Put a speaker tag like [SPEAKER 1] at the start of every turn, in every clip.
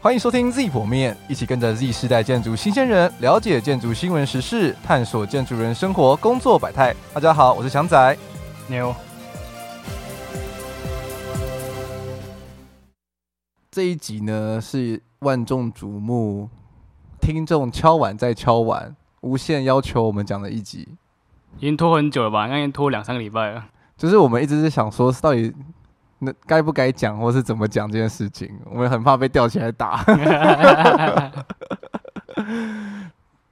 [SPEAKER 1] 欢迎收听 Z 破面，一起跟着 Z 世代建筑新鲜人了解建筑新闻时事，探索建筑人生活、工作百态。大家好，我是翔仔。
[SPEAKER 2] 牛，
[SPEAKER 1] 这一集呢是万众瞩目，听众敲碗再敲碗，无限要求我们讲的一集。
[SPEAKER 2] 已经拖很久了吧？应该拖两三个礼 拜了。
[SPEAKER 1] 就是我们一直是想说，到底那该不该讲，或是怎么讲这件事情，我们很怕被吊起来打。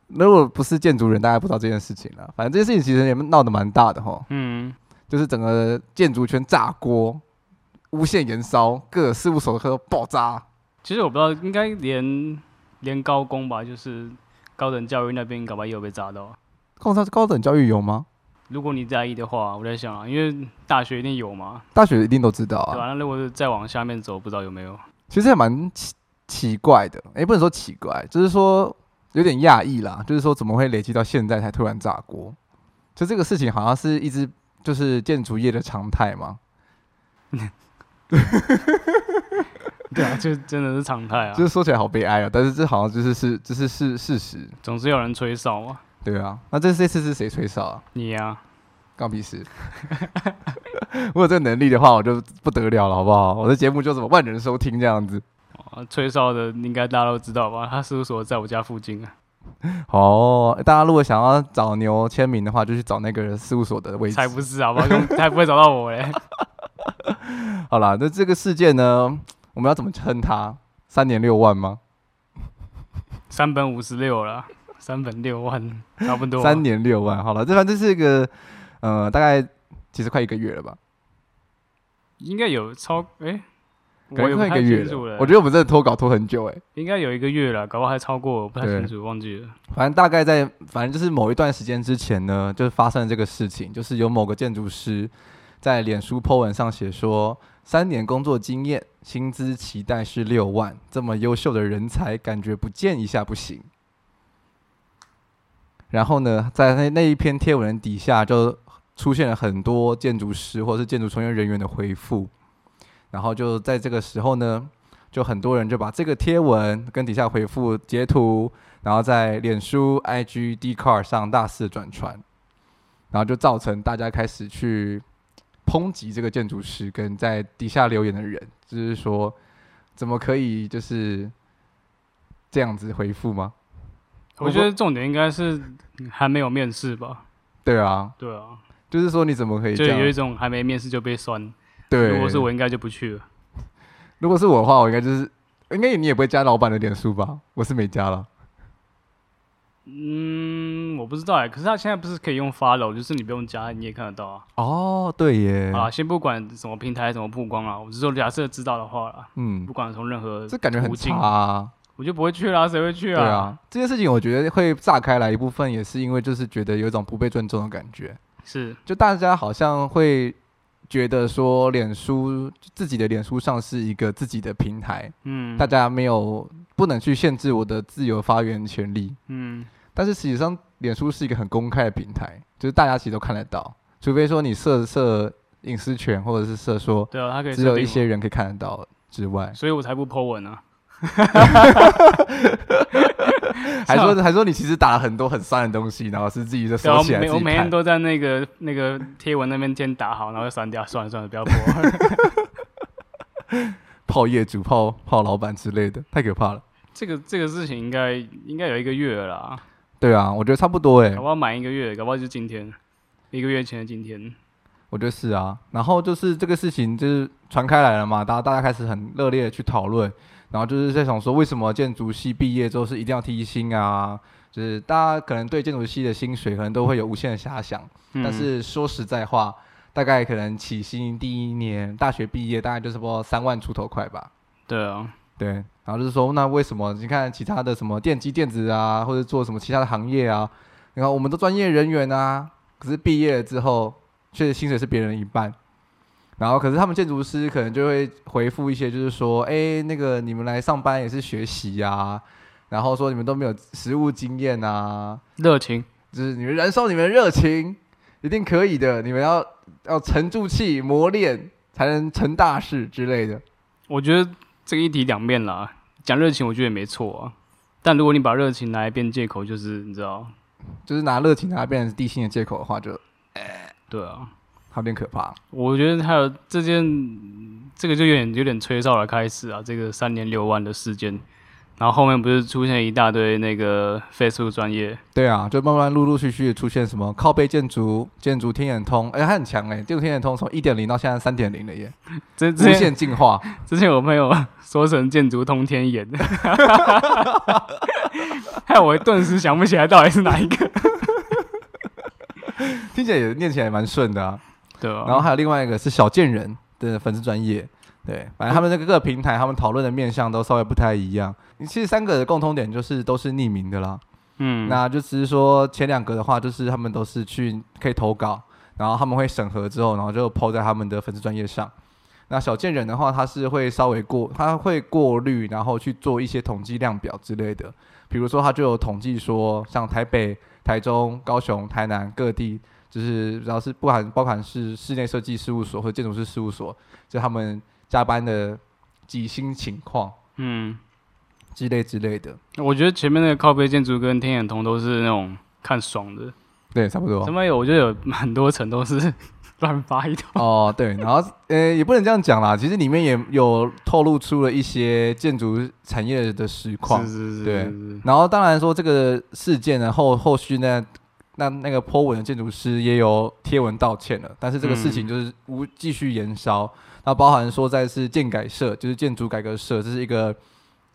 [SPEAKER 1] 如果不是建筑人，大家不知道这件事情了。反正这件事情其实也闹得蛮大的哈，
[SPEAKER 2] 嗯，
[SPEAKER 1] 就是整个建筑圈炸锅，无限延烧，各个事务所都爆炸。
[SPEAKER 2] 其实我不知道，应该连连高工吧，就是高等教育那边，搞不好也有被砸到。
[SPEAKER 1] 高上高等教育有吗？
[SPEAKER 2] 如果你在意的话，我在想啊，因为大学一定有嘛，
[SPEAKER 1] 大学一定都知道
[SPEAKER 2] 对吧、
[SPEAKER 1] 啊。
[SPEAKER 2] 那如果是再往下面走，不知道有没有？
[SPEAKER 1] 其实也蛮奇奇怪的，也、不能说奇怪，就是说有点讶异啦，就是说怎么会累积到现在才突然炸锅？就这个事情好像是一直就是建筑业的常态嘛，
[SPEAKER 2] 对啊，这真的是常态啊
[SPEAKER 1] 就，是说起来好悲哀啊，但是这好像就是是这是事事实，
[SPEAKER 2] 总是有人吹哨啊。
[SPEAKER 1] 对啊。那这这次是谁吹哨啊？
[SPEAKER 2] 你啊，
[SPEAKER 1] 干我屁事！ 我有这个能力的话，我就不得了了，好不好？我的节目就什么万人收听这样子。
[SPEAKER 2] 哦吹哨的应该大家都知道吧？他事务所在我家附近啊，
[SPEAKER 1] 哦，大家如果想要找牛签名的话，就去找那个事务所的位置
[SPEAKER 2] 才。不是好不好？才不会找到我嘞。
[SPEAKER 1] 好啦，那这个事件呢，我们要怎么称它？三点六万吗？
[SPEAKER 2] 三本五十六了，三本六万，差不多啊。
[SPEAKER 1] 三点六万。好了，这反正是一个，呃，大概其实快一个月了吧，
[SPEAKER 2] 应该有超哎、
[SPEAKER 1] 可
[SPEAKER 2] 我也
[SPEAKER 1] 能
[SPEAKER 2] 不
[SPEAKER 1] 快一个
[SPEAKER 2] 太
[SPEAKER 1] 月
[SPEAKER 2] 清楚
[SPEAKER 1] 了
[SPEAKER 2] 了。。
[SPEAKER 1] 我觉得我们真的拖稿拖很久哎、
[SPEAKER 2] 应该有一个月了，搞不好还超过，我不太
[SPEAKER 1] 对
[SPEAKER 2] 清楚，忘记了。
[SPEAKER 1] 反正大概在，反正就是某一段时间之前呢，就是发生了这个事情，就是有某个建筑师在脸书 po 文上写说，三年工作经验，薪资期待是六万，这么优秀的人才，感觉不见一下不行。然后呢，在那那一篇贴文底下就出现了很多建筑师或是建筑从业人员的回复，然后就在这个时候呢，就很多人就把这个贴文跟底下回复截图。然后在脸书、IG、d c a r 上大肆转传，然后就造成大家开始去抨击这个建筑师跟在底下留言的人，就是说怎么可以就是这样子回复吗？
[SPEAKER 2] 我觉得重点应该是还没有面试吧？
[SPEAKER 1] 对啊，
[SPEAKER 2] 对啊，
[SPEAKER 1] 就是说你怎么可以
[SPEAKER 2] 就
[SPEAKER 1] 这
[SPEAKER 2] 有一
[SPEAKER 1] 样？
[SPEAKER 2] 种还没面试就被酸。
[SPEAKER 1] 对，
[SPEAKER 2] 如果是我，应该就不去了。
[SPEAKER 1] 如果是我的话，我应该就是应该你也不会加老板的脸书吧？我是没加了。
[SPEAKER 2] 嗯，我不知道哎、可是他现在不是可以用 follow，就是你不用加，你也看得到啊。
[SPEAKER 1] 哦，对耶，
[SPEAKER 2] 啊，先不管什么平台、什么曝光啊，我是说假设知道的话啦，
[SPEAKER 1] 嗯
[SPEAKER 2] 不，管从任何
[SPEAKER 1] 这感觉很
[SPEAKER 2] 途径
[SPEAKER 1] 差、啊。
[SPEAKER 2] 我就不会去啦，谁会去
[SPEAKER 1] 对啊，这件事情我觉得会炸开来一部分，也是因为就是觉得有一种不被尊重的感觉，
[SPEAKER 2] 是，
[SPEAKER 1] 就大家好像会觉得说，脸书自己的脸书上是一个自己的平台，
[SPEAKER 2] 嗯，
[SPEAKER 1] 大家没有不能去限制我的自由发言权利，
[SPEAKER 2] 嗯，
[SPEAKER 1] 但是实际上脸书是一个很公开的平台，就是大家其实都看得到，除非说你设设隐私权或者是设说
[SPEAKER 2] 对啊，他可以
[SPEAKER 1] 只
[SPEAKER 2] 设
[SPEAKER 1] 有一
[SPEAKER 2] 定
[SPEAKER 1] 些人可以看得到之外
[SPEAKER 2] 嘛，，所以我才不 po 文啊。
[SPEAKER 1] 还说还说你其实打了很多很伤的东西，然后是自己在
[SPEAKER 2] 对啊，
[SPEAKER 1] 收
[SPEAKER 2] 我
[SPEAKER 1] 起来
[SPEAKER 2] 每
[SPEAKER 1] 自
[SPEAKER 2] 我
[SPEAKER 1] 己
[SPEAKER 2] 每天
[SPEAKER 1] 看。
[SPEAKER 2] 都在那个那个贴文那边先打好，然后就删掉，算了算了，不要播。
[SPEAKER 1] 泡业主、泡泡老板之类的，太可怕了。
[SPEAKER 2] 这个这个事情应该应该有一个月了啦，
[SPEAKER 1] 对啊，我觉得差不多哎、
[SPEAKER 2] 搞不好满一个月，搞不好就今天，一个月前的今天。
[SPEAKER 1] 我觉得是啊。然后就是这个事情就是传开来了嘛，大家大家开始很热烈的去讨论，然后就是在想说，为什么建筑系毕业之后是一定要提薪啊？就是大家可能对建筑系的薪水可能都会有无限的遐想，
[SPEAKER 2] 嗯
[SPEAKER 1] 但是说实在话，大概可能起薪第一年大学毕业大概就是不三万出头块吧。
[SPEAKER 2] 对啊，
[SPEAKER 1] 对，然后就是说，那为什么你看其他的什么电机电子啊，或者做什么其他的行业啊，你看我们都专业人员啊，可是毕业了之后，却薪水是别人的一半。然后，可是他们建筑师可能就会回复一些，就是说，哎，那个你们来上班也是学习呀、啊，然后说你们都没有实务经验啊，
[SPEAKER 2] 热情
[SPEAKER 1] 就是你们燃烧你们的热情，一定可以的，你们要要沉住气磨练，才能成大事之类的。
[SPEAKER 2] 我觉得这个一体两面啦，讲热情，我觉得也没错啊。但如果你把热情拿来变借口，就是你知道，
[SPEAKER 1] 就是拿热情拿来变成地心的借口的话，就
[SPEAKER 2] 对啊。
[SPEAKER 1] 有点可怕。
[SPEAKER 2] 我觉得还有这件，这个就有点有点吹哨的开始啊，这个三年六万的事件，然后后面不是出现一大堆那个 Facebook 专业，
[SPEAKER 1] 对啊，就慢慢陆陆续续出现什么靠背建筑、建筑天眼通，哎、它很强哎、建筑天眼通从一点零到现在三点零了耶，
[SPEAKER 2] 这
[SPEAKER 1] 无
[SPEAKER 2] 之前
[SPEAKER 1] 限进化。
[SPEAKER 2] 之前我朋友说成建筑通天眼，害我顿时想不起来到底是哪一个，
[SPEAKER 1] 听起来也念起来蛮顺的啊。
[SPEAKER 2] 对吧、
[SPEAKER 1] 然后还有另外一个是小贱人的粉丝专业，对，反正他们那个各个平台，他们讨论的面向都稍微不太一样。其实三个的共通点就是都是匿名的啦，
[SPEAKER 2] 嗯，
[SPEAKER 1] 那就只是说前两个的话，就是他们都是去可以投稿，然后他们会审核之后，然后就抛在他们的粉丝专业上。那小贱人的话，他是会稍微过，他会过滤，然后去做一些统计量表之类的。比如说，他就有统计说，像台北、台中、高雄、台南各地，就是然后是不含包含是室内设计事务所或建筑师事务所，就他们加班的几薪情况
[SPEAKER 2] 嗯，
[SPEAKER 1] 之类之类的。
[SPEAKER 2] 我觉得前面那个靠背建筑跟天眼通都是那种看爽的，
[SPEAKER 1] 对，差不多。
[SPEAKER 2] 上面有我觉得有很多层都是 乱发一通，
[SPEAKER 1] 哦，对，然后呃，也不能这样讲啦，其实里面也有透露出了一些建筑产业的实况
[SPEAKER 2] 是。是是
[SPEAKER 1] 对
[SPEAKER 2] 是是，
[SPEAKER 1] 然后当然说这个事件呢，后后续呢，那那个 po 文的建筑师也有贴文道歉了，但是这个事
[SPEAKER 2] 嗯
[SPEAKER 1] 情就是无继续延烧。那包含说在是建改社，就是建筑改革社，这是一个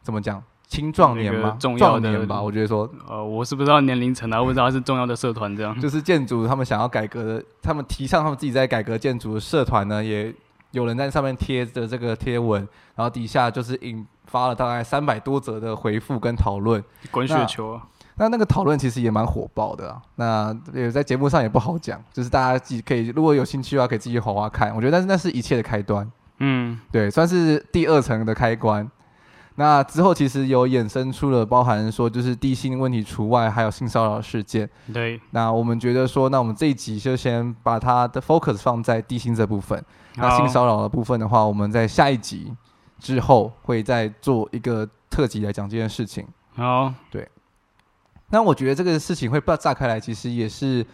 [SPEAKER 1] 怎么讲青壮年
[SPEAKER 2] 那个
[SPEAKER 1] 吗？
[SPEAKER 2] 重要
[SPEAKER 1] 壮
[SPEAKER 2] 的
[SPEAKER 1] 年吧，我觉得说
[SPEAKER 2] 呃，我是不知道年龄层啊，我只知道它是重要的社团这 样。
[SPEAKER 1] 就是建筑他们想要改革的，他们提倡他们自己在改革建筑的社团呢，也有人在上面贴着这个贴文，然后底下就是引发了大概三百多则的回复跟讨论。
[SPEAKER 2] 滚
[SPEAKER 1] 那
[SPEAKER 2] 雪球啊，
[SPEAKER 1] 那那个讨论其实也蛮火爆的、啊，那也在节目上也不好讲，就是大家自己可以如果有兴趣的话，可以自己去划划看。我觉得但是那是一切的开端，
[SPEAKER 2] 嗯，
[SPEAKER 1] 对，算是第二层的开关。那之后其实有衍生出了包含说就是地心问题除外，还有性骚扰事件。
[SPEAKER 2] 对，
[SPEAKER 1] 那我们觉得说，那我们这一集就先把它的 focus 放在地心这部分。那
[SPEAKER 2] 好
[SPEAKER 1] 性骚扰的部分的话，我们在下一集之后会再做一个特辑来讲这件事情。
[SPEAKER 2] 好，
[SPEAKER 1] 那我觉得这个事情会爆炸开来，其实也是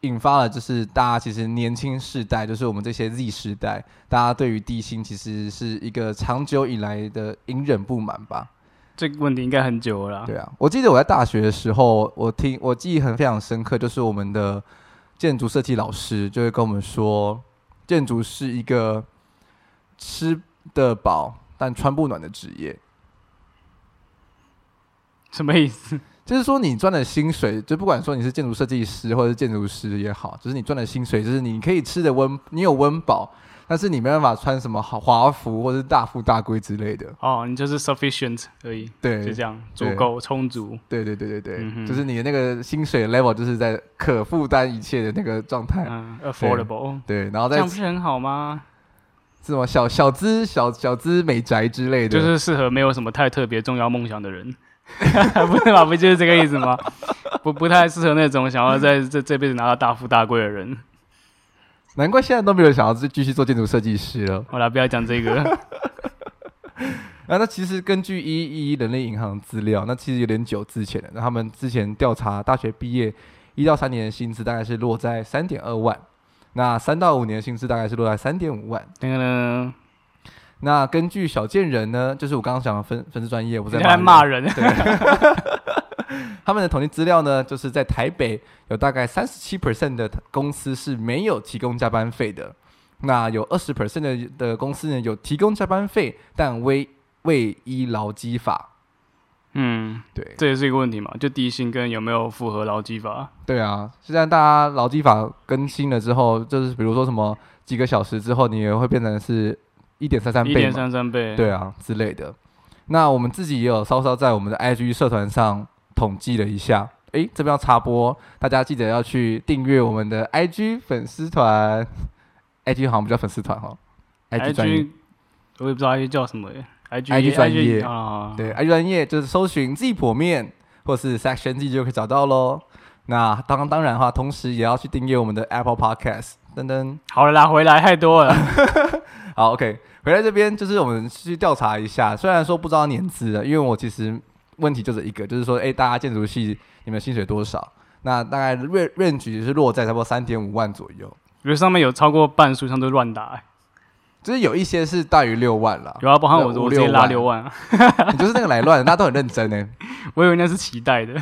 [SPEAKER 1] 引发了，就是大家其实年轻世代，就是我们这些 Z 世代，大家对于地心其实是一个长久以来的隐忍不满吧。
[SPEAKER 2] 这个问题应该很久了啦。
[SPEAKER 1] 对啊，我记得我在大学的时候，我听我记忆很非常深刻，就是我们的建筑设计老师就会跟我们说，建筑是一个吃得饱但穿不暖的职业，
[SPEAKER 2] 什么意思？
[SPEAKER 1] 就是说你赚的薪水，就不管说你是建筑设计师或者是建筑师也好，就是你赚的薪水，就是你可以吃的温，你有温饱，但是你没办法穿什么好华服或者是大富大贵之类的。
[SPEAKER 2] 哦，你就是 sufficient 而已，
[SPEAKER 1] 对，
[SPEAKER 2] 就这样，
[SPEAKER 1] 对
[SPEAKER 2] 足够充足。
[SPEAKER 1] 对对对对对，
[SPEAKER 2] 嗯哼
[SPEAKER 1] 就是你的那个薪水 level 就是在可负担一切的那个状态。
[SPEAKER 2] 嗯，affordable，
[SPEAKER 1] 对，然后
[SPEAKER 2] 这
[SPEAKER 1] 再
[SPEAKER 2] 样不是很好吗？
[SPEAKER 1] 什么小小资小小资美宅之类的，
[SPEAKER 2] 就是适合没有什么太特别重要梦想的人， 不是吧？不就是这个意思吗？不不太适合那种想要在这这辈子拿到大富大贵的人。
[SPEAKER 1] 难怪现在都没有人想要继续做建筑设计师了。
[SPEAKER 2] 好了，不要讲 这个。
[SPEAKER 1] 啊，那其实根据一一人类银行资料，那其实有点久之前了。那他们之前调查大学毕业一到三年的薪资大概是落在三点二万，那三到五年的薪资大概是落在三点五万。
[SPEAKER 2] 那个呢？
[SPEAKER 1] 那根据小贱人呢，就是我刚刚讲的分分支专业，我在
[SPEAKER 2] 人家在
[SPEAKER 1] 人
[SPEAKER 2] 骂人，
[SPEAKER 1] 他们的统计资料呢，就是在台北有大概三十七 percent 的公司是没有提供加班费的，那有二十 percent 的的公司呢有提供加班费，但未未依劳基法。
[SPEAKER 2] 嗯，
[SPEAKER 1] 对
[SPEAKER 2] 这也是一个问题嘛，就低薪跟有没有符合劳基法。
[SPEAKER 1] 对啊，现在大家劳基法更新了之后，就是比如说什么几个小时之后，你也会变成是一点三三
[SPEAKER 2] 一
[SPEAKER 1] 倍
[SPEAKER 2] 点
[SPEAKER 1] 嘛，
[SPEAKER 2] 三三倍，
[SPEAKER 1] 对啊之类的。那我们自己也有稍稍在我们的 IG 社团上统计了一下。诶，这边要插播，大家记得要去订阅我们的 IG 粉丝团，IG 好像不叫粉丝团哦
[SPEAKER 2] IG
[SPEAKER 1] ，IG 专业，
[SPEAKER 2] 我也不知道 IG 叫什么耶 IG
[SPEAKER 1] IG 专业
[SPEAKER 2] 啊，
[SPEAKER 1] 对 IG 专业就是搜寻 Z 破面或是 Section Z 就可以找到喽。那当当然的话，同时也要去订阅我们的 Apple Podcast，噔噔。
[SPEAKER 2] 好了啦，回来太多了，
[SPEAKER 1] 好，OK，回来这边就是我们去调查一下，虽然说不知道年资了，因为我其实问题就这一个，就是说，哎，大家建筑系你们薪水多少？那大概 range range 是落在差不多三点五万左右，
[SPEAKER 2] 因为上面有超过半数以上都乱打、欸，
[SPEAKER 1] 就是有一些是大于六万了。
[SPEAKER 2] 有啊，包含我
[SPEAKER 1] 对五
[SPEAKER 2] 我直接
[SPEAKER 1] 六
[SPEAKER 2] 拉
[SPEAKER 1] 万
[SPEAKER 2] 六万啊，
[SPEAKER 1] 你就是那个来乱的，大家都很认真呢、欸
[SPEAKER 2] 我以为那是期待的，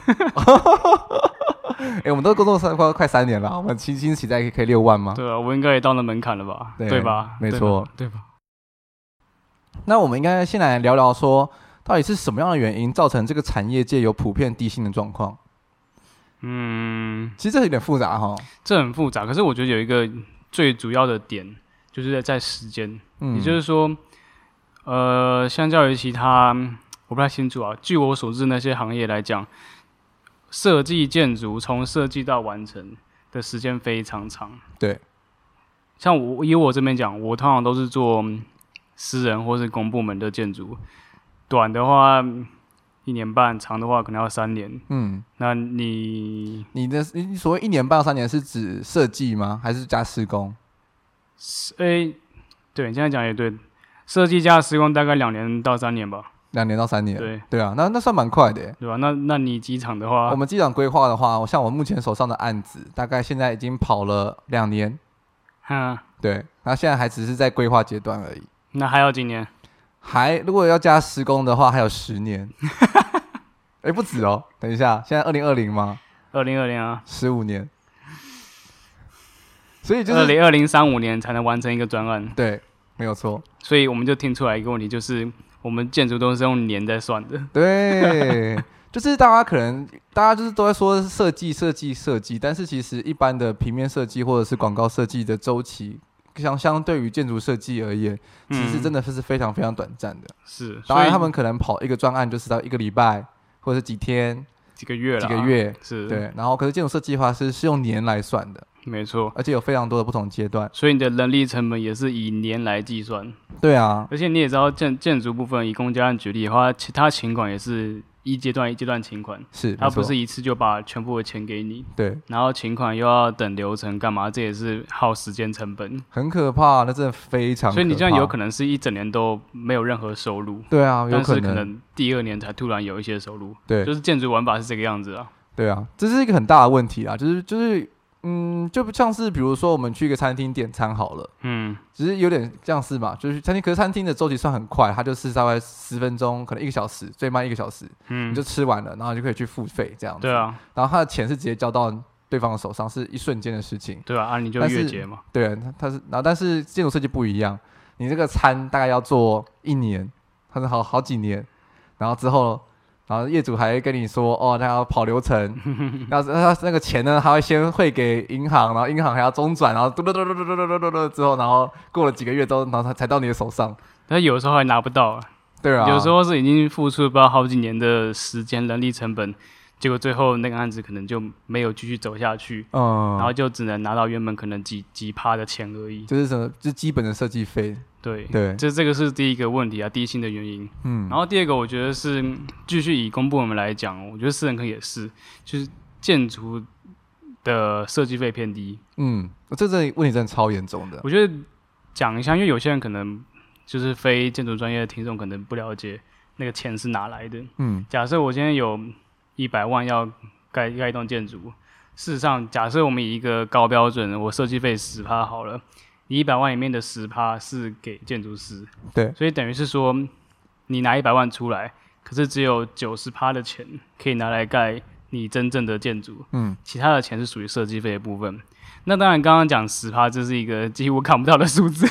[SPEAKER 1] 哎、我们都工作三快快三年了，我们期薪期待可以可以六万吗？
[SPEAKER 2] 对啊，我应该也到那门槛了吧？
[SPEAKER 1] 对
[SPEAKER 2] 对吧？
[SPEAKER 1] 没
[SPEAKER 2] 对吧
[SPEAKER 1] 错，
[SPEAKER 2] 对吧？
[SPEAKER 1] 那我们应该先来聊聊说，到底是什么样的原因造成这个产业界有普遍低薪的状况？
[SPEAKER 2] 嗯，
[SPEAKER 1] 其实这有点复杂哈。
[SPEAKER 2] 这很复杂，可是我觉得有一个最主要的点就是在在时间，
[SPEAKER 1] 嗯，
[SPEAKER 2] 也就是说，呃，相较于其他，我不太清楚啊。据我所知，那些行业来讲，设计建筑从设计到完成的时间非常长。
[SPEAKER 1] 对，
[SPEAKER 2] 像我以我这边讲，我通常都是做嗯私人或是公部门的建筑，短的话嗯一年半，长的话可能要三年。
[SPEAKER 1] 嗯，
[SPEAKER 2] 那你
[SPEAKER 1] 你的你你所谓一年半到三年是指设计吗？还是加施工？
[SPEAKER 2] 诶、对你现在讲也对，设计加施工大概两年到三年吧，
[SPEAKER 1] 两年到三年？
[SPEAKER 2] 对
[SPEAKER 1] 啊，那那算蛮快的耶。
[SPEAKER 2] 对吧？那那你机场的话
[SPEAKER 1] 我，们机场规划的话，我像我目前手上的案子，大概现在已经跑了两年，
[SPEAKER 2] 哈，
[SPEAKER 1] 对，那现在还只是在规划阶段而已。
[SPEAKER 2] 那还要几年？
[SPEAKER 1] 还如果要加施工的话，还有十年。哎、不止哦，等一下，现在二零二零吗？
[SPEAKER 2] 二零二零啊，
[SPEAKER 1] 十五年，所以就
[SPEAKER 2] 二
[SPEAKER 1] 是
[SPEAKER 2] 零二零三五年才能完成一个专案，
[SPEAKER 1] 对，没有错，
[SPEAKER 2] 所以我们就听出来一个问题，就是我们建筑都是用年在算 的。
[SPEAKER 1] 对，就是大家可能大家就是都在说设计设计设计，但是其实一般的平面设计或者是广告设计的周期，相相对于建筑设计而言，其实真
[SPEAKER 2] 的
[SPEAKER 1] 的是非常非常短暂的。
[SPEAKER 2] 是，
[SPEAKER 1] 当
[SPEAKER 2] 嗯所
[SPEAKER 1] 然，
[SPEAKER 2] 以
[SPEAKER 1] 他们可能跑一个专案就是到一个礼拜或者是几天、
[SPEAKER 2] 几个月了，
[SPEAKER 1] 几个月，
[SPEAKER 2] 是，，
[SPEAKER 1] 对。然后，可是建筑设计的话是是用年来算的，
[SPEAKER 2] 没错。
[SPEAKER 1] 而且有非常多的不同阶段。
[SPEAKER 2] 所以你的人力成本也是以年来计算，
[SPEAKER 1] 对啊，
[SPEAKER 2] 而且你也知道建建筑部分，以公家案举例的话，其他请款也是一阶段一阶段请款，
[SPEAKER 1] 是，
[SPEAKER 2] 他
[SPEAKER 1] 没错
[SPEAKER 2] 不是一次就把全部的钱给你，
[SPEAKER 1] 对，
[SPEAKER 2] 然后请款又要等流程干嘛，这也是耗时间成本。
[SPEAKER 1] 很可怕，那真的非常。
[SPEAKER 2] 所以你这样有可
[SPEAKER 1] 能，
[SPEAKER 2] 能是一整年都没有任何收入，
[SPEAKER 1] 对啊，有
[SPEAKER 2] 但是
[SPEAKER 1] 能，
[SPEAKER 2] 能第二年才突然有一些收入，
[SPEAKER 1] 对
[SPEAKER 2] 就是建筑玩法是这个样子啊。
[SPEAKER 1] 对啊，这是一个很大的问题啊，就是就是，嗯，就不像是比如说我们去一个餐厅点餐好了，
[SPEAKER 2] 嗯，
[SPEAKER 1] 只是有点像是嘛，就是餐厅，可是餐厅的周期算很快，它就是大概十分钟，可能一个小时，最慢一个小时，
[SPEAKER 2] 嗯
[SPEAKER 1] 你就吃完了，然后你就可以去付费这样子。
[SPEAKER 2] 对，啊，
[SPEAKER 1] 然后他的钱是直接交到对方的手上，是一瞬间的事情。
[SPEAKER 2] 对啊，啊你就
[SPEAKER 1] 但是
[SPEAKER 2] 月结嘛，
[SPEAKER 1] 对，他他是，然后但是建筑设计不一样，你这个餐大概要做一年，他是好好几年，然后之后，然后业主还会跟你说，哦，他要跑流程， 然后他那个钱呢，他会先汇给银行，然后银行还要中转，然后嘟嘟嘟嘟嘟嘟嘟嘟嘟之后，然后过了几个月之后，然后他才到你的手上，
[SPEAKER 2] 但有时候还拿不到啊，
[SPEAKER 1] 对啊，
[SPEAKER 2] 有时候是已经付出了不知道好几年的时间、人力成本，结果最后那个案子可能就没有继续走下去，然后
[SPEAKER 1] 嗯，
[SPEAKER 2] 就只能拿到原本可能几几趴的钱而已。
[SPEAKER 1] 就是什么，就是基本的设计费，
[SPEAKER 2] 对，
[SPEAKER 1] 对，
[SPEAKER 2] 这这个是第一个问题啊，低薪的原因。
[SPEAKER 1] 嗯
[SPEAKER 2] 然，后第二个，我觉得是嗯继续以公部门来讲，我觉得私人科也是，就是建筑的设计费偏低。
[SPEAKER 1] 嗯，这这问题真的超严重的，
[SPEAKER 2] 我觉得讲一下，因为有些人可能就是非建筑专业的听众可能不了解那个钱是哪来的。
[SPEAKER 1] 嗯，
[SPEAKER 2] 假设我今天有一百万要盖盖一栋建筑，事实上，假设我们以一个高标准，我设计费十趴好了，你一百万里面的十趴是给建筑师，
[SPEAKER 1] 对
[SPEAKER 2] 所以等于是说你拿一百万出来，可是只有九十趴的钱可以拿来盖你真正的建筑，
[SPEAKER 1] 嗯，
[SPEAKER 2] 其他的钱是属于设计费的部分。那当然，刚刚讲十趴，这是一个几乎看不到的 数字，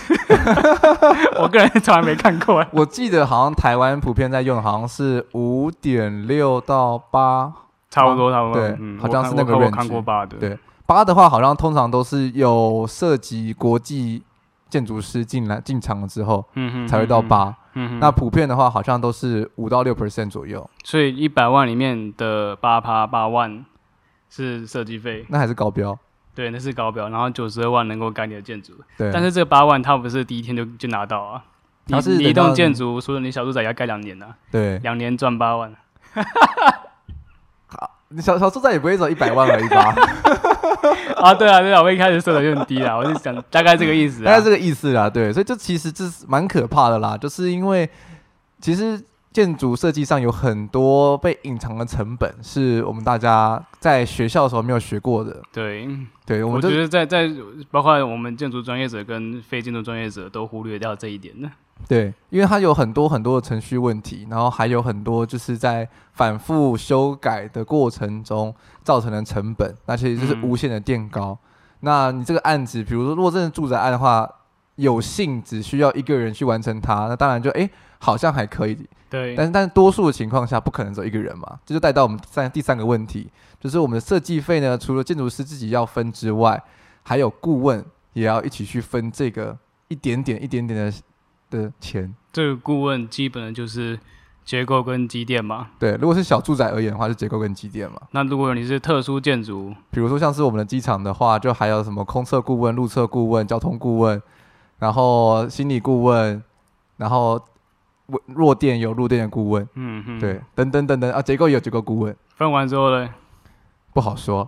[SPEAKER 2] 我个人从来没看过。
[SPEAKER 1] 我记得好像台湾普遍在用，好像是五点六到八，
[SPEAKER 2] 差不多，差不多，
[SPEAKER 1] 对
[SPEAKER 2] 嗯，
[SPEAKER 1] 好像
[SPEAKER 2] 我看
[SPEAKER 1] 是那个
[SPEAKER 2] 我看我
[SPEAKER 1] range
[SPEAKER 2] 看过八的，
[SPEAKER 1] 对八的话好像通常都是有涉及国际建筑师进来进场了之后
[SPEAKER 2] 嗯哼，
[SPEAKER 1] 才会到八、
[SPEAKER 2] 嗯哼，
[SPEAKER 1] 那普遍的话好像都是五到六 percent 左右，
[SPEAKER 2] 所以一百万里面的八趴八万是设计费，
[SPEAKER 1] 那还是高标。
[SPEAKER 2] 对，那是高标，然后九十二万能够盖你的建筑，
[SPEAKER 1] 对，
[SPEAKER 2] 但是这八万他不是第一天就就拿到啊，你
[SPEAKER 1] 它是
[SPEAKER 2] 你
[SPEAKER 1] 等
[SPEAKER 2] 一
[SPEAKER 1] 到
[SPEAKER 2] 栋
[SPEAKER 1] 你
[SPEAKER 2] 建筑，说你小住宅要盖两年啊，
[SPEAKER 1] 对，
[SPEAKER 2] 两年赚八万，
[SPEAKER 1] 你小小住宅也不会走一百万而已吧？
[SPEAKER 2] 啊，对啊，对啊，我一开始射的就很低啊啦，我就想大概这个意思
[SPEAKER 1] 大概
[SPEAKER 2] 啊
[SPEAKER 1] 这。个意思啦，对，所以这其实这是蛮可怕的啦，就是因为其实建筑设计上有很多被隐藏的成本，是我们大家在学校的时候没有学过的。
[SPEAKER 2] 对，
[SPEAKER 1] 对，我
[SPEAKER 2] 我
[SPEAKER 1] 们
[SPEAKER 2] 觉
[SPEAKER 1] 就
[SPEAKER 2] 得在在包括我们建筑专业者跟非建筑专业者都忽略掉这一点呢。
[SPEAKER 1] 对，因为它有很多很多的程序问题，然后还有很多就是在反复修改的过程中造成的成本，那其实就是
[SPEAKER 2] 嗯
[SPEAKER 1] 无限的垫高。那你这个案子，比如说如果真的住宅案的话，有幸只需要一个人去完成它，那当然就诶好像还可以，
[SPEAKER 2] 对，
[SPEAKER 1] 但是，但是多数的情况下不可能只有一个人嘛，这就带到我们第三第三个问题，就是我们的设计费呢，除了建筑师自己要分之外，还有顾问也要一起去分这个一点点一点点的的钱。
[SPEAKER 2] 这个顾问基本的就是结构跟机电嘛。
[SPEAKER 1] 对，如果是小住宅而言的话，是结构跟机电嘛。
[SPEAKER 2] 那如果你是特殊建筑，
[SPEAKER 1] 比如说像是我们的机场的话，就还有什么空测顾问、路测顾问、交通顾问，然后心理顾问，然后我弱电有弱电的顾问，
[SPEAKER 2] 嗯嗯，
[SPEAKER 1] 对，，等等等等啊，结构也有结构顾问，
[SPEAKER 2] 分完之后呢，
[SPEAKER 1] 不好说。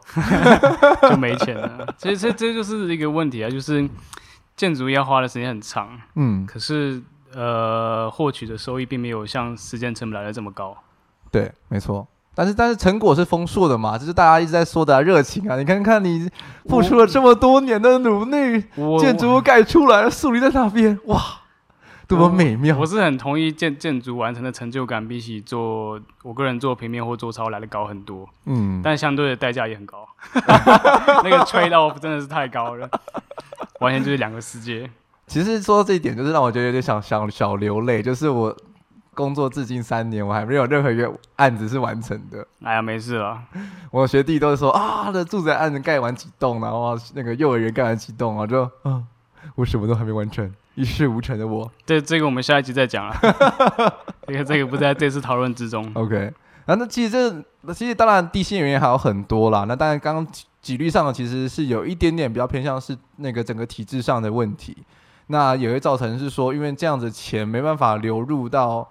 [SPEAKER 2] 就没钱了。其实这这就是一个问题啊，就是建筑要花的时间很长，
[SPEAKER 1] 嗯，
[SPEAKER 2] 可是呃，获取的收益并没有像时间成本来的这么高。
[SPEAKER 1] 对，没错。但是但是成果是丰硕的嘛，这是大家一直在说的、啊、热情啊！你看看你付出了这么多年的努力，
[SPEAKER 2] 我
[SPEAKER 1] 建筑物盖出来了，树林在那边，哇，多么美妙
[SPEAKER 2] 我！是很同意建建筑完成的成就感，比起做我个人做平面或做操来的高很多，
[SPEAKER 1] 嗯，
[SPEAKER 2] 但相对的代价也很高。 那个 trade off 真的是太高了，完全就是两个世界。
[SPEAKER 1] 其实说到这一点，就是让我觉得有点想想小流泪，就是我工作至今三年，我还没有任何一个案子是完成的。
[SPEAKER 2] 哎呀，没事了，
[SPEAKER 1] 我学弟都是说啊，那住宅案子盖完几栋，然后那个幼儿园盖完几栋，我就啊，我什么都还没完成，一事无成的我，
[SPEAKER 2] 这这个我们下一集再讲啊。 这个这个不在这次讨论之中。
[SPEAKER 1] OK，然后那其实这那其实当然地心原因还有很多啦。那当然刚刚几几率上的其实是有一点点比较偏向是那个整个体制上的问题，那也会造成是说因为这样子钱没办法流入到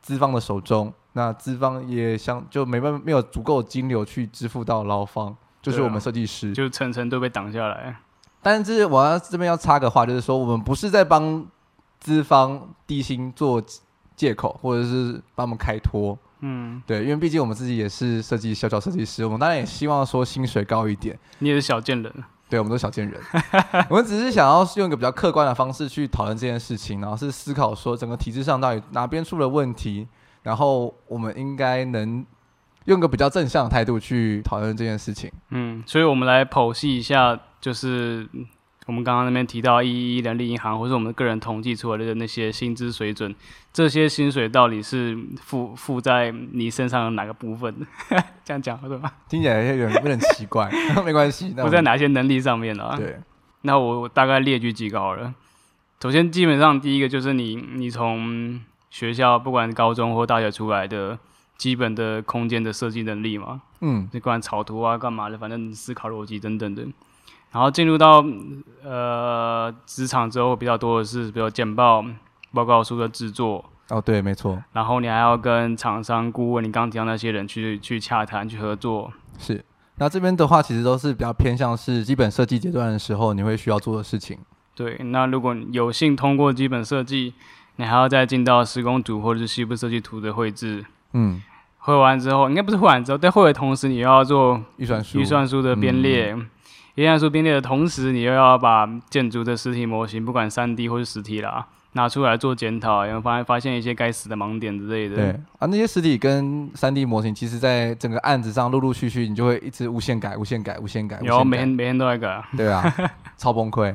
[SPEAKER 1] 资方的手中，那资方也相就没办法没有足够的金流去支付到劳方，就是
[SPEAKER 2] 对啊
[SPEAKER 1] 我们设计师。
[SPEAKER 2] 就层层都被挡下来。
[SPEAKER 1] 但是我要这边要插个话，就是说我们不是在帮资方低薪做借口，或者是帮他们开脱。
[SPEAKER 2] 嗯，
[SPEAKER 1] 对，因为毕竟我们自己也是设计小小设计师，我们当然也希望说薪水高一点。
[SPEAKER 2] 你也是小贱人，
[SPEAKER 1] 对，我们都是小 贱人，我们只是想要用一个比较客观的方式去讨论这件事情，然后是思考说整个体制上到底哪边出了问题，然后我们应该能用个比较正向的态度去讨论这件事情。
[SPEAKER 2] 嗯，所以我们来剖析一下，就是嗯我们刚刚那边提到一一人力银行或是我们个人统计出来的那些薪资水准，这些薪水到底是付付在你身上的哪个部分？ 这样讲对吧？
[SPEAKER 1] 听起来有点有点奇怪， 没关系，那我
[SPEAKER 2] 付在哪些能力上面啊？
[SPEAKER 1] 对，
[SPEAKER 2] 那我我大概列举几个好了。首先，基本上第一个就是你你从学校不管高中或大学出来的基本的空间的设计能力嘛，
[SPEAKER 1] 嗯，
[SPEAKER 2] 你管草图啊，干嘛的，反正思考逻辑等等的。然后进入到嗯呃职场之后，比较多的是比如简报、报告书的制作，
[SPEAKER 1] 哦，对，没错，
[SPEAKER 2] 然后你还要跟厂商、顾问，你刚刚提到那些人去去洽谈、去合作。
[SPEAKER 1] 是。那这边的话，其实都是比较偏向是基本设计阶段的时候你会需要做的事情。
[SPEAKER 2] 对，那如果你有幸通过基本设计，你还要再进到施工组或者是西部设计图的绘制。
[SPEAKER 1] 嗯，
[SPEAKER 2] 绘完之后，应该不是绘完之后，在绘的同时，你又要做
[SPEAKER 1] 预算书，
[SPEAKER 2] 预算书的编列，预算书编列的同时，你又要把建筑的实体模型，不管三 D 或是实体啦，拿出来做检讨，然后发发现一些该死的盲点之类的。
[SPEAKER 1] 对啊，那些实体跟三 D 模型，其实在整个案子上陆陆续续，你就会一直无限改、无限改、无限改，无
[SPEAKER 2] 然后
[SPEAKER 1] 限
[SPEAKER 2] 每
[SPEAKER 1] 改
[SPEAKER 2] 天。每天都在改，
[SPEAKER 1] 对啊，超崩 溃。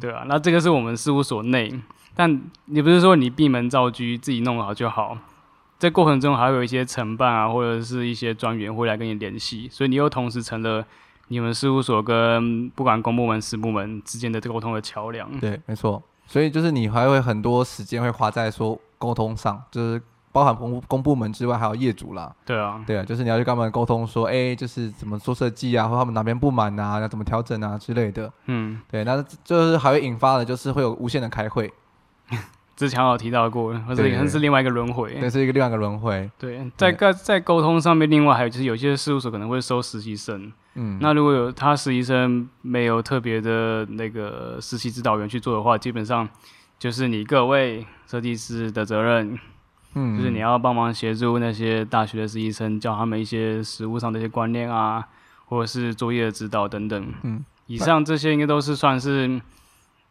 [SPEAKER 2] 对啊，那这个是我们事务所内，但你不是说你闭门造车自己弄好就好，在过程中还会有一些承办啊，或者是一些专员会来跟你联系，所以你又同时成了你们事务所跟不管公部门、私部门之间的沟通的桥梁。
[SPEAKER 1] 对，没错。所以就是你还会很多时间会花在说沟通上，就是包含公公部门之外，还有业主啦。
[SPEAKER 2] 对啊，
[SPEAKER 1] 对啊，就是你要去跟他们沟通说，哎、就是怎么做设计啊，或他们哪边不满啊，要怎么调整啊之类的。
[SPEAKER 2] 嗯，
[SPEAKER 1] 对，那就是还会引发的，就是会有无限的开会。
[SPEAKER 2] 之前有提到过了，或者
[SPEAKER 1] 对对
[SPEAKER 2] 也是另外一个轮回。
[SPEAKER 1] 那是一个另外一个轮回。
[SPEAKER 2] 对，在在在沟通上面，另外还有就是有些事务所可能会收实习生，
[SPEAKER 1] 嗯，
[SPEAKER 2] 那如果有他实习生没有特别的那个实习指导员去做的话，基本上就是你各位设计师的责任，
[SPEAKER 1] 嗯
[SPEAKER 2] 就是你要帮忙协助那些大学的实习生，教他们一些实务上的一些观念啊，或者是作业的指导等等。
[SPEAKER 1] 嗯，
[SPEAKER 2] 以上这些应该都是算是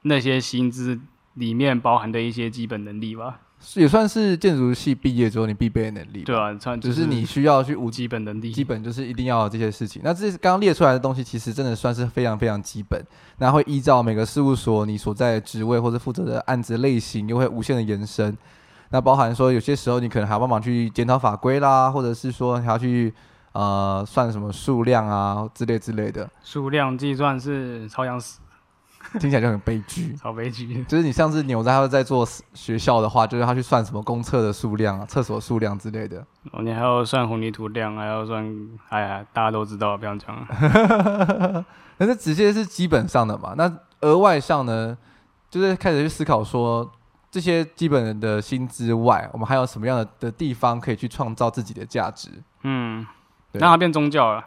[SPEAKER 2] 那些薪资里面包含的一些基本能力吧？
[SPEAKER 1] 是也算是建筑系毕业之后你必备的能力。
[SPEAKER 2] 对，啊，算
[SPEAKER 1] 只
[SPEAKER 2] 就是
[SPEAKER 1] 你需要去五
[SPEAKER 2] 基本能力。
[SPEAKER 1] 基本就是一定要有这些事情。那这刚刚列出来的东西，其实真的算是非常非常基本。那会依照每个事务所你所在的职位或者负责的案子类型，又会无限的延伸。那包含说，有些时候你可能还要帮忙去检讨法规啦，或者是说还要去呃算什么数量啊之类之类的，
[SPEAKER 2] 数量计算是超想死，
[SPEAKER 1] 听起来就很悲剧。
[SPEAKER 2] 超悲 剧。
[SPEAKER 1] 就是你上次牛在他在做学校的话，就是他去算什么公厕的数量啊、厕所数量之类的。
[SPEAKER 2] 哦，你还要算混凝土量，还要算，哎呀，大家都知道，不用讲了。
[SPEAKER 1] 可是直接是基本上的嘛，那额外上呢，就是开始去思考说，这些基本的薪资外，我们还有什么样的的地方可以去创造自己的价值？
[SPEAKER 2] 嗯，
[SPEAKER 1] 对
[SPEAKER 2] 让它变宗教了，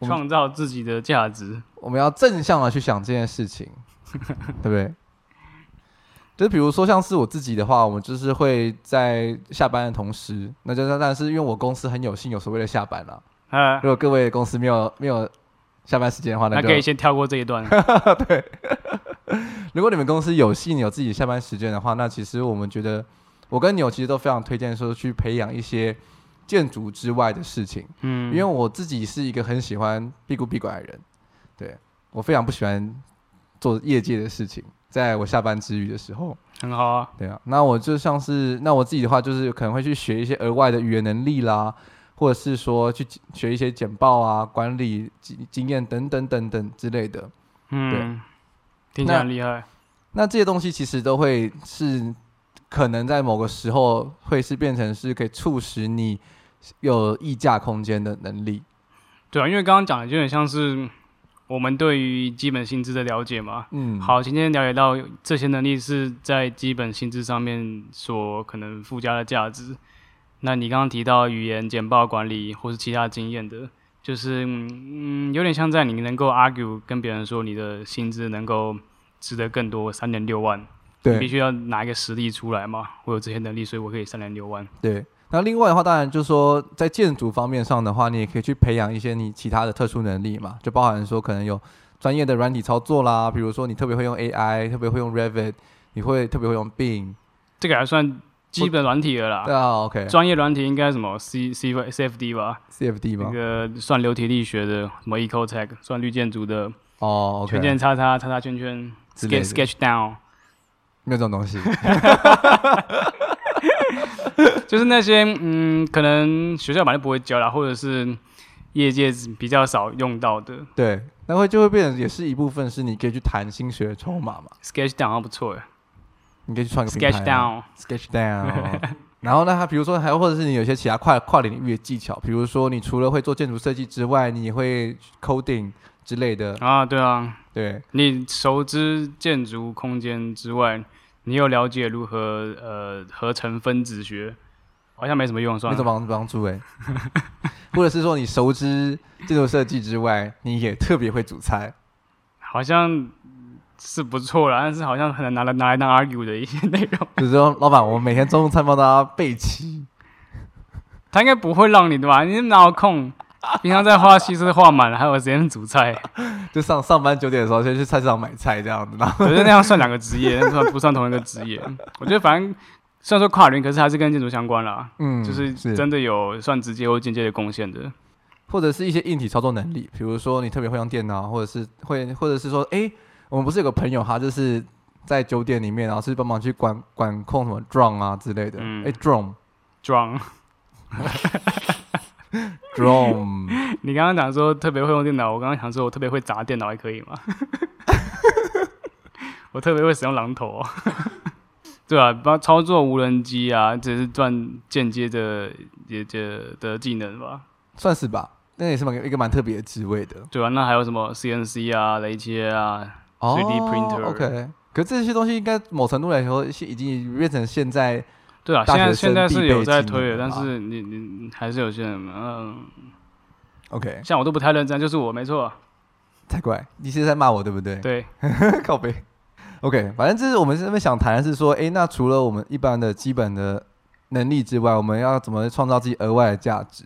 [SPEAKER 1] 我们
[SPEAKER 2] 创造自己的价值。
[SPEAKER 1] 我们要正向的去想这件事情，对不对？就是比如说，像是我自己的话，我们就是会在下班的同时，那就是但是因为我公司很有幸有所谓的下班啦、
[SPEAKER 2] 啊，
[SPEAKER 1] 如果各位公司没有没有下班时间的话，那
[SPEAKER 2] 那
[SPEAKER 1] 就
[SPEAKER 2] 可以先跳过这 一段。
[SPEAKER 1] 如果你们公司有幸有自己下班时间的话，那其实我们觉得，我跟牛其实都非常推荐说去培养一些建筑之外的事情，
[SPEAKER 2] 嗯，
[SPEAKER 1] 因为我自己是一个很喜欢闭顾闭拐的人，对我非常不喜欢做业界的事情，在我下班之余的时候，
[SPEAKER 2] 很好啊，
[SPEAKER 1] 对啊，那我就像是那我自己的话，就是可能会去学一些额外的语言能力啦，或者是说去学一些简报啊、管理经经验等等等等之类的。
[SPEAKER 2] 嗯，听起
[SPEAKER 1] 那
[SPEAKER 2] 来很厉害。
[SPEAKER 1] 那这些东西其实都会是可能在某个时候会是变成是可以促使你有溢价空间的能力。
[SPEAKER 2] 对啊，因为刚刚讲的就很像是我们对于基本薪资的了解嘛。
[SPEAKER 1] 嗯，，
[SPEAKER 2] 好，今天了解到这些能力是在基本薪资上面所可能附加的价值。那你刚刚提到语言、简报管理或是其他经验的，就是嗯，有点像在你能够 argue 跟别人说你的薪资能够值得更多，三点六万，你必
[SPEAKER 1] 对
[SPEAKER 2] 须要拿一个实例出来嘛。我有这些能力，所以我可以三点六万。
[SPEAKER 1] 对。那另外的话，当然就是说，在建筑方面上的话，你也可以去培养一些你其他的特殊能力嘛，就包含说可能有专业的软体操作啦，比如说你特别会用 AI，特别会用 Revit，你会特别会用 Bing，
[SPEAKER 2] 这个还算基本软体了啦。
[SPEAKER 1] 对啊，OK，CFD
[SPEAKER 2] 专业软体应该什么 C C CFD
[SPEAKER 1] 啊
[SPEAKER 2] 吧，那
[SPEAKER 1] 吗？
[SPEAKER 2] 个算流体力学的，什么 Ecotech 算绿建筑的，
[SPEAKER 1] 哦，OK，
[SPEAKER 2] 圈圈叉叉叉叉圈圈
[SPEAKER 1] 之类的
[SPEAKER 2] ，sketch sketch down，
[SPEAKER 1] 没有这种东西。
[SPEAKER 2] 就是那些嗯，可能学校本来就不会教啦，或者是业界比较少用到的
[SPEAKER 1] 对，那会就会变成也是一部分是你可以去谈薪水的筹码嘛，
[SPEAKER 2] sketch down 还不错耶欸
[SPEAKER 1] 你可以去创一个品牌
[SPEAKER 2] ，sketch
[SPEAKER 1] 啊
[SPEAKER 2] down，
[SPEAKER 1] sketch down 。然后呢，它比如说还有或者是你有一些其他跨跨领域的技巧，比如说你除了会做建筑设计之外，你也会 coding 之类的。
[SPEAKER 2] 啊，对啊，
[SPEAKER 1] 对，
[SPEAKER 2] 你熟知建筑空间之外，你又了解如何呃合成分子学，好像没什么用，
[SPEAKER 1] 那
[SPEAKER 2] 算
[SPEAKER 1] 种
[SPEAKER 2] 了，
[SPEAKER 1] 帮帮助哎， 或者是说你熟知建筑设计之外，你也特别会煮菜。
[SPEAKER 2] 好像。是不错啦，但是好像很难拿来拿来当 argue 的一些内容。
[SPEAKER 1] 比如说，老板，我们每天中午餐帮大家备齐。
[SPEAKER 2] 他应该不会让你的吧？你哪有空？平常在画西施画满了，还有时间煮菜？
[SPEAKER 1] 就上上班九点的时候，先去菜市场买菜这样子，然后
[SPEAKER 2] 我觉得那样算两个职业， 那算不算同一个职业？我觉得反正虽然说跨领域，可是还是跟建筑相关啦，
[SPEAKER 1] 嗯，
[SPEAKER 2] 就是真的有算直接或间接的贡献的。
[SPEAKER 1] 或者是一些硬体操作能力，比如说你特别会用电脑，或者是会，或者是说，诶，我们不是有个朋友，他就是在酒店里面，然后是帮忙去管管控什么 drone 啊之类的，
[SPEAKER 2] 嗯
[SPEAKER 1] 诶 d r o n e
[SPEAKER 2] 装，
[SPEAKER 1] drone，
[SPEAKER 2] 你刚刚讲说特别会用电脑，我刚刚想说我特别会砸电脑，还可以吗？ 我特别会使用榔头、 哦，对啊，包括操作无人机啊，只是算间接的也的的技能吧。
[SPEAKER 1] 算是吧，那也是蛮一个蛮特 别的职位的
[SPEAKER 2] 对啊，那还有什么 CNC 啊、雷切啊，
[SPEAKER 1] 哦
[SPEAKER 2] 3D printer
[SPEAKER 1] OK，可是这些东西应该某程度来说是已经变成现在
[SPEAKER 2] 对啊，
[SPEAKER 1] 大
[SPEAKER 2] 现在
[SPEAKER 1] 学
[SPEAKER 2] 现
[SPEAKER 1] 生
[SPEAKER 2] 在是
[SPEAKER 1] 必
[SPEAKER 2] 有
[SPEAKER 1] 备
[SPEAKER 2] 在
[SPEAKER 1] 技
[SPEAKER 2] 推的，
[SPEAKER 1] 能
[SPEAKER 2] 但
[SPEAKER 1] 吧
[SPEAKER 2] 是你你你还是有些人，嗯、
[SPEAKER 1] OK
[SPEAKER 2] 像我都不太认真，就是我没错，
[SPEAKER 1] 才怪，你是在骂我对不对？
[SPEAKER 2] 对，
[SPEAKER 1] 靠背。OK，反正就是我们这边想谈的是说，诶，那除了我们一般的基本的能力之外，我们要怎么创造自己额外的价值？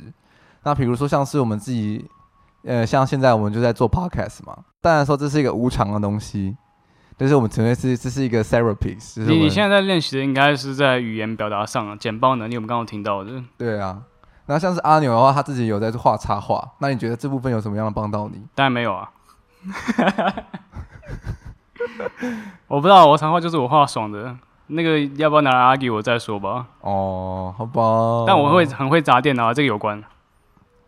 [SPEAKER 1] 那比如说像是我们自己，呃，像现在我们就在做 podcast 嘛，当然说这是一个无偿的东西，但是我们纯粹是这是一个 therapy，就是我
[SPEAKER 2] 你你
[SPEAKER 1] 们
[SPEAKER 2] 现在在练习的应该是在语言表达上啊，简报能力，我们刚刚有听到的，
[SPEAKER 1] 对啊。那像是阿牛的话，他自己有在画插画，那你觉得这部分有什么样的帮到你？
[SPEAKER 2] 当然没有啊。 我不知道，我常话就是我画爽的，那个要不要拿来 argue 我再说吧。
[SPEAKER 1] 哦，好吧。
[SPEAKER 2] 但我会，很会砸电脑啊，这个有关，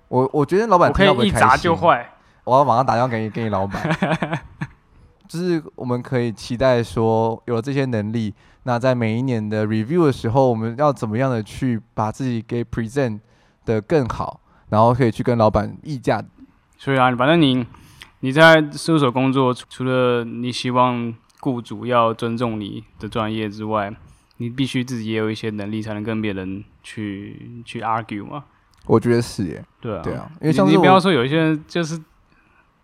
[SPEAKER 1] 我我觉得哦老板
[SPEAKER 2] 我可
[SPEAKER 1] 听到不
[SPEAKER 2] 以
[SPEAKER 1] 会
[SPEAKER 2] 一
[SPEAKER 1] 开
[SPEAKER 2] 砸就
[SPEAKER 1] 心
[SPEAKER 2] 坏。
[SPEAKER 1] 我要马上打电话给你，给你老板。 就是我们可以期待说，有了这些能力，那在每一年的 review 的时候，我们要怎么样的去把自己给 present 的更好，然后可以去跟老板议价。
[SPEAKER 2] 所以啊，反正你你在事务所工作，除除了你希望雇主要尊重你的专业之外，你必须自己也有一些能力，才能跟别人去去 argue 嘛。
[SPEAKER 1] 我觉得是耶，
[SPEAKER 2] 对啊，
[SPEAKER 1] 对啊，因
[SPEAKER 2] 你
[SPEAKER 1] 为像
[SPEAKER 2] 你
[SPEAKER 1] 是
[SPEAKER 2] 不要
[SPEAKER 1] 我，
[SPEAKER 2] 说有一些人就是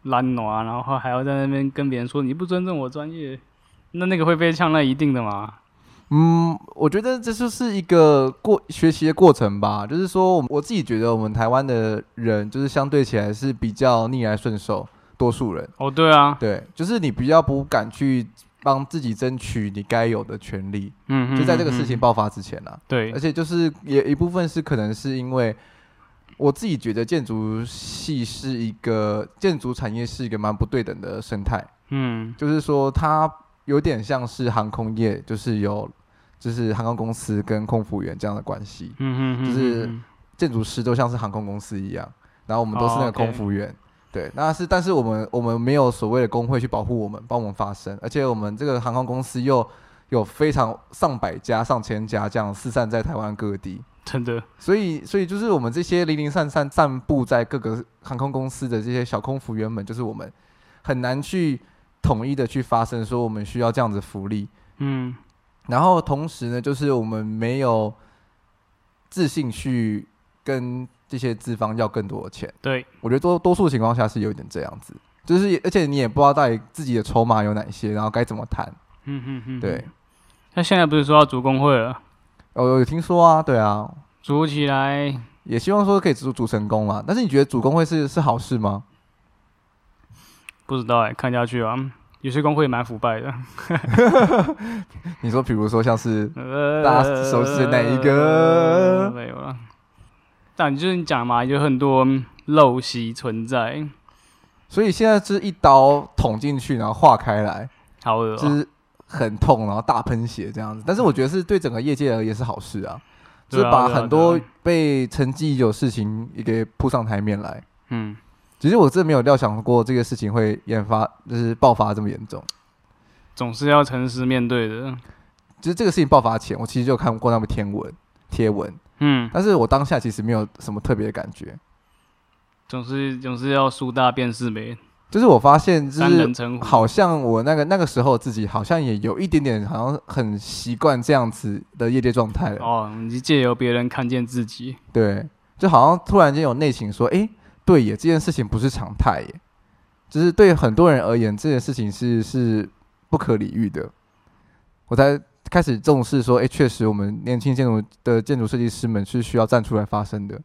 [SPEAKER 2] 懒惰啊，然后还要在那边跟别人说你不尊重我专业，那那个会被呛，那一定的嘛。
[SPEAKER 1] 嗯，我觉得这就是一个过学习的过程吧。就是说，我我自己觉得我们台湾的人，就是相对起来是比较逆来顺受，多数人。
[SPEAKER 2] 哦，对啊，
[SPEAKER 1] 对，就是你比较不敢去帮自己争取你该有的权利，
[SPEAKER 2] 嗯，
[SPEAKER 1] 就在这个事情
[SPEAKER 2] 嗯，嗯
[SPEAKER 1] 爆发之前啦。
[SPEAKER 2] 对
[SPEAKER 1] 而，且就是也一部分是可能是因为我自己觉得建筑系是一个建筑产业是一个蛮不对等的生态，
[SPEAKER 2] 嗯，
[SPEAKER 1] 就是说它有点像是航空业，就是有就是航空公司跟空服员这样的关系，
[SPEAKER 2] 嗯嗯，嗯
[SPEAKER 1] 就是
[SPEAKER 2] 嗯
[SPEAKER 1] 建筑师都像是航空公司一样，然后我们都是那
[SPEAKER 2] 哦
[SPEAKER 1] 个
[SPEAKER 2] ，OK
[SPEAKER 1] 空服员。对，那是，但是我们我们没有所谓的工会去保护我们，帮我们发声，而且我们这个航空公司又有非常上百家、上千家这样四散在台湾各地，
[SPEAKER 2] 真的，
[SPEAKER 1] 所以所以就是我们这些零零散散散布在各个航空公司的这些小空服员们，就是我们很难去统一的去发声，说我们需要这样子福利，
[SPEAKER 2] 嗯，
[SPEAKER 1] 然后同时呢，就是我们没有自信去跟这些资方要更多的钱。
[SPEAKER 2] 对，
[SPEAKER 1] 我觉得多多数情况下是有一点这样子，就是也而且你也不知道到底自己的筹码有哪些，然后该怎么谈。
[SPEAKER 2] 嗯嗯嗯，
[SPEAKER 1] 对。，
[SPEAKER 2] 那现在不是说要组工会了，
[SPEAKER 1] 哦，有听说啊，对啊，
[SPEAKER 2] 组起来，
[SPEAKER 1] 也希望说可以组组成功啦。啊但是你觉得主工会是是好事吗？
[SPEAKER 2] 不知道哎、看下去啊。有些工会蛮腐败的，
[SPEAKER 1] 你说，比如说像是
[SPEAKER 2] 呃，
[SPEAKER 1] 大家熟悉的那一个
[SPEAKER 2] 没有了。但就是你讲嘛，有很多陋习存在，
[SPEAKER 1] 所以现在是一刀捅进去，然后化开来，
[SPEAKER 2] 好恶、
[SPEAKER 1] 就
[SPEAKER 2] 哦。
[SPEAKER 1] 是很痛，然后大喷血这样子。但是我觉得是对整个业界而言是好事啊，就
[SPEAKER 2] 对啊
[SPEAKER 1] 是把
[SPEAKER 2] 对啊
[SPEAKER 1] 很多
[SPEAKER 2] 对啊
[SPEAKER 1] 被沉寂已久的事情也给铺上台面来。
[SPEAKER 2] 嗯，
[SPEAKER 1] 其实我真的没有料想过这个事情会研发，就是爆发这么严重。
[SPEAKER 2] 总是要诚实面对的。
[SPEAKER 1] 就是这个事情爆发前，我其实就有看过他们天文贴文，
[SPEAKER 2] 嗯，
[SPEAKER 1] 但是我当下其实没有什么特别的感觉。
[SPEAKER 2] 总是总是要树大便是美，
[SPEAKER 1] 就是我发现，就
[SPEAKER 2] 三
[SPEAKER 1] 是
[SPEAKER 2] 人成虎。
[SPEAKER 1] 好像我那个那个时候自己好像也有一点点，好像很习惯这样子的业界状态了。
[SPEAKER 2] 哦，你是借由别人看见自己。
[SPEAKER 1] 对，就好像突然间有内情说，诶，对耶，这件事情不是常态耶，就是对很多人而言，这件事情是是不可理喻的。我才开始重视说，诶，确实我们年轻建筑的建筑设计师们是需要站出来发声的。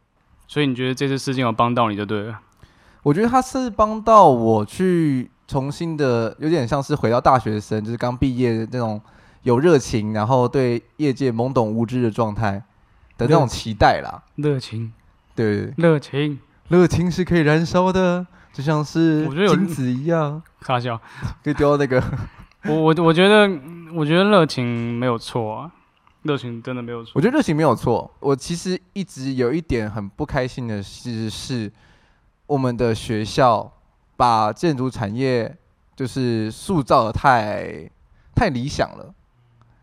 [SPEAKER 2] 所以你觉得这次事情有帮到你就对了。
[SPEAKER 1] 我觉得他是帮到我去重新的，有点像是回到大学生，就是刚毕业的那种有热情，然后对业界懵懂无知的状态的那种期待啦。
[SPEAKER 2] 热情，
[SPEAKER 1] 对对对，
[SPEAKER 2] 热情，
[SPEAKER 1] 热情是可以燃烧的，就像是
[SPEAKER 2] 我觉得有
[SPEAKER 1] 金子一样，
[SPEAKER 2] 傻笑。
[SPEAKER 1] 可以丢到那个。
[SPEAKER 2] 我我我觉得我觉得热情没有错啊，热情真的没有错。
[SPEAKER 1] 我觉得热情没有错。我其实一直有一点很不开心的事是，我们的学校把建筑产业就是塑造的太太理想了。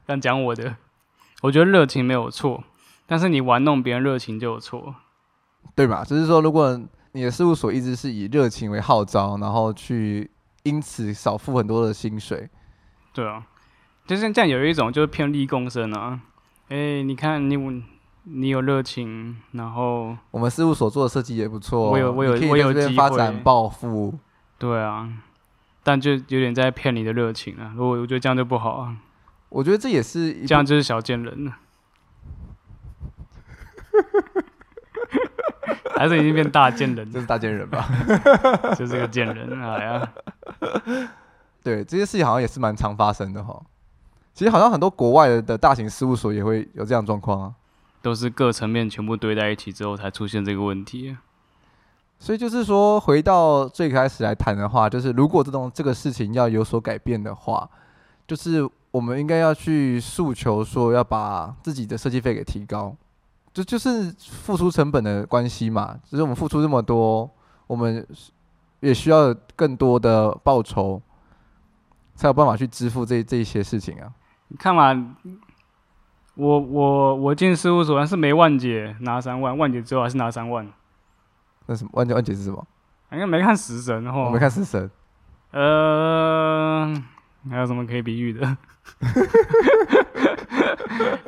[SPEAKER 2] 但讲我的，我觉得热情没有错，但是你玩弄别人热情就有错。
[SPEAKER 1] 对吧？就是说，如果你的事务所一直是以热情为号召，然后去因此少付很多的薪水，
[SPEAKER 2] 对啊，就是这样有一种就是偏立共生啊。哎、你看你有你有热情，然后
[SPEAKER 1] 我们事务所做的设计也不错，
[SPEAKER 2] 我有我有
[SPEAKER 1] 你可以
[SPEAKER 2] 我
[SPEAKER 1] 在
[SPEAKER 2] 有
[SPEAKER 1] 这边
[SPEAKER 2] 机
[SPEAKER 1] 发
[SPEAKER 2] 会
[SPEAKER 1] 展暴富。
[SPEAKER 2] 对啊，但就有点在骗你的热情啊。如果我觉得这样就不好啊，
[SPEAKER 1] 我觉得这也是一
[SPEAKER 2] 这样
[SPEAKER 1] 部
[SPEAKER 2] 就是小贱人了。啊还是已经变大贱人
[SPEAKER 1] 这
[SPEAKER 2] 了，
[SPEAKER 1] 是大贱人吧？
[SPEAKER 2] 就是个贱人，哎呀，
[SPEAKER 1] 对，这些事情好像也是蛮常发生的哈。其实好像很多国外的大型事务所也会有这样的状况啊。
[SPEAKER 2] 都是各层面全部堆在一起之后才出现这个问题。
[SPEAKER 1] 所以就是说，回到最开始来谈的话，就是如果这种这个事情要有所改变的话，就是我们应该要去诉求说要把自己的设计费给提高，这就是付出成本的关系嘛。就是我们付出这么多，我们也需要更多的报酬，才有办法去支付这这一些事情啊。
[SPEAKER 2] 你看嘛，我我我进事务所，但是没万姐拿三万，万姐之后还是拿三万，
[SPEAKER 1] 那什么万姐万姐是什么？
[SPEAKER 2] 好像没看死神哦。
[SPEAKER 1] 我没看死神，
[SPEAKER 2] 呃，还有什么可以比喻 的？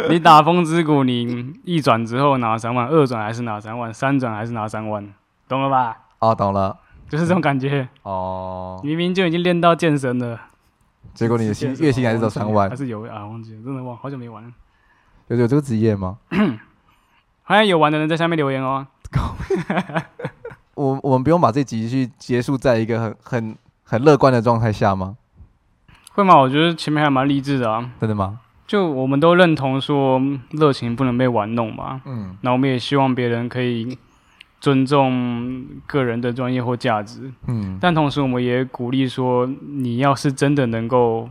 [SPEAKER 2] 你打风之谷，你一转之后拿三万，二转还是拿三万，三转还是拿三万，懂了吧？
[SPEAKER 1] 哦，懂了
[SPEAKER 2] 就是这种感觉，
[SPEAKER 1] 哦
[SPEAKER 2] 你。明明就已经练到剑神了，
[SPEAKER 1] 结果你的薪月薪还是到三万
[SPEAKER 2] 还，是有啊？忘记了，真的忘，好久没玩了。
[SPEAKER 1] 有有这个职业吗？
[SPEAKER 2] 好像有玩的人在下面留言哦。
[SPEAKER 1] 我我们不用把这集去结束在一个很很很乐观的状态下吗？
[SPEAKER 2] 会吗？我觉得前面还蛮励志的啊。
[SPEAKER 1] 真的吗？
[SPEAKER 2] 就我们都认同说，热情不能被玩弄嘛。
[SPEAKER 1] 嗯，
[SPEAKER 2] 那我们也希望别人可以尊重个人的专业或价值，
[SPEAKER 1] 嗯，
[SPEAKER 2] 但同时我们也鼓励说，你要是真的能够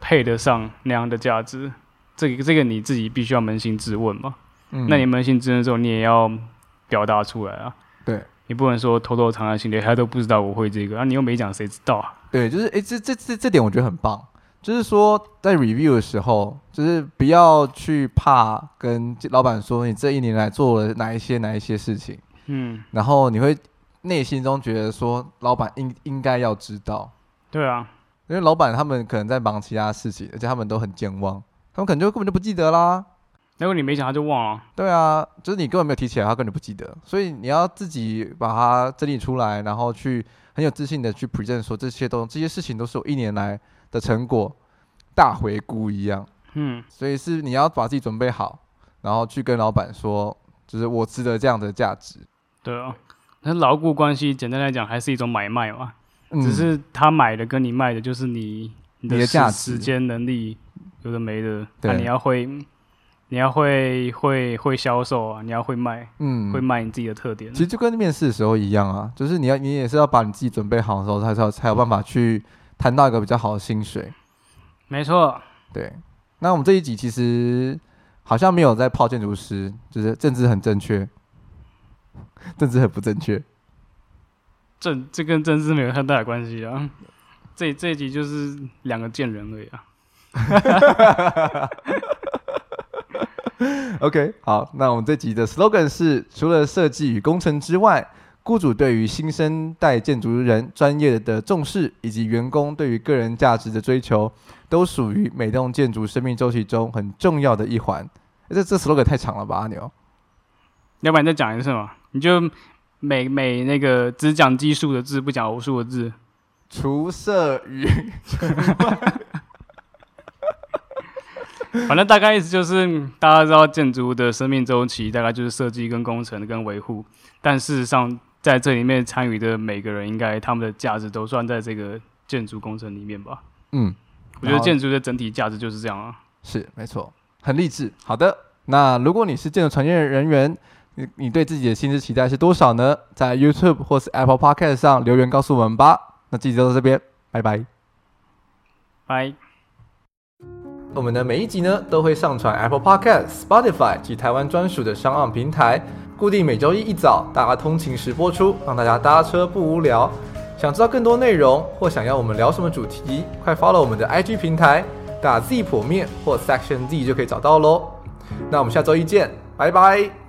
[SPEAKER 2] 配得上那样的价值，这个这个你自己必须要扪心自问嘛。
[SPEAKER 1] 嗯
[SPEAKER 2] 那你扪心自问之后，你也要表达出来啊。
[SPEAKER 1] 对，
[SPEAKER 2] 你不能说偷偷藏在心里，他都不知道我会这个，啊，你又没讲，谁知道啊？
[SPEAKER 1] 对，就是诶，这这这这点我觉得很棒，就是说在 review 的时候，就是不要去怕跟老板说你这一年来做了哪一些哪一些事情，
[SPEAKER 2] 嗯，
[SPEAKER 1] 然后你会内心中觉得说老板应应该要知道，
[SPEAKER 2] 对啊，
[SPEAKER 1] 因为老板他们可能在忙其他事情，而且他们都很健忘，他们可能就根本就不记得啦。
[SPEAKER 2] 如果你没讲，他就忘了。
[SPEAKER 1] 对啊，就是你根本没有提起来，他根本就不记得，所以你要自己把它整理出来，然后去很有自信的去 present 说这些东这些事情都是我一年来的成果，大回顾一样。
[SPEAKER 2] 嗯，
[SPEAKER 1] 所以是你要把自己准备好，然后去跟老板说，就是我值得这样的价值。
[SPEAKER 2] 对啊。那牢固关系，简单来讲，还是一种买卖嘛。
[SPEAKER 1] 嗯
[SPEAKER 2] 只是他买的跟你卖的，就是你你
[SPEAKER 1] 你的
[SPEAKER 2] 时
[SPEAKER 1] 价值
[SPEAKER 2] 时间、能力有的没的，那、
[SPEAKER 1] 对
[SPEAKER 2] 你要会，你要会会会销售啊，你要会卖，
[SPEAKER 1] 嗯
[SPEAKER 2] 会卖你自己的特点啊
[SPEAKER 1] 其。实就跟面试的时候一样啊，就是你要你也是要把你自己准备好的时候，才才有才有办法去谈到一个比较好的薪水。
[SPEAKER 2] 没错，啊
[SPEAKER 1] 对，那我们这一集其实好像没有在泡建筑师，就是政治很正确， 政治很不正确。
[SPEAKER 2] 这这跟政治没有太大的关系啊。这这一集就是两个贱人而已啊。
[SPEAKER 1] OK，好，那我们这集的 slogan 是：除了设计与工程之外，雇主对于新生代建筑人专业的重视，以及员工对于个人价值的追求，都属于每栋建筑生命周期中很重要的一环。诶这这 slogan 太长了吧，阿牛？
[SPEAKER 2] 要不然你再讲一次嘛，你就每每那个只讲奇数的字，不讲偶数的字。
[SPEAKER 1] 除设与
[SPEAKER 2] 反正大概意思就是，大家知道建筑物的生命周期大概就是设计、跟工程、跟维护，但事实上在这里面参与的每个人，应该他们的价值都算在这个建筑工程里面吧。
[SPEAKER 1] 嗯。
[SPEAKER 2] 我觉得
[SPEAKER 1] 好
[SPEAKER 2] 建筑的整体价值就是这样啊。
[SPEAKER 1] 是，没错，很励志。好的，那如果你是建筑从业人员，你你对自己的薪资期待是多少呢？在 YouTube 或是 Apple Podcast 上留言告诉我们吧。那这集就到这边，拜拜。
[SPEAKER 2] 拜。
[SPEAKER 1] 我们的每一集呢都会上传 Apple Podcast、Spotify 及台湾专属的商岸平台，固定每周一一早大家通勤时播出，让大家搭车不无聊。想知道更多内容或想要我们聊什么主题，快 follow 我们的 IG 平台，打 Z 破面或 Section Z 就可以找到喽。那我们下周一见，拜拜。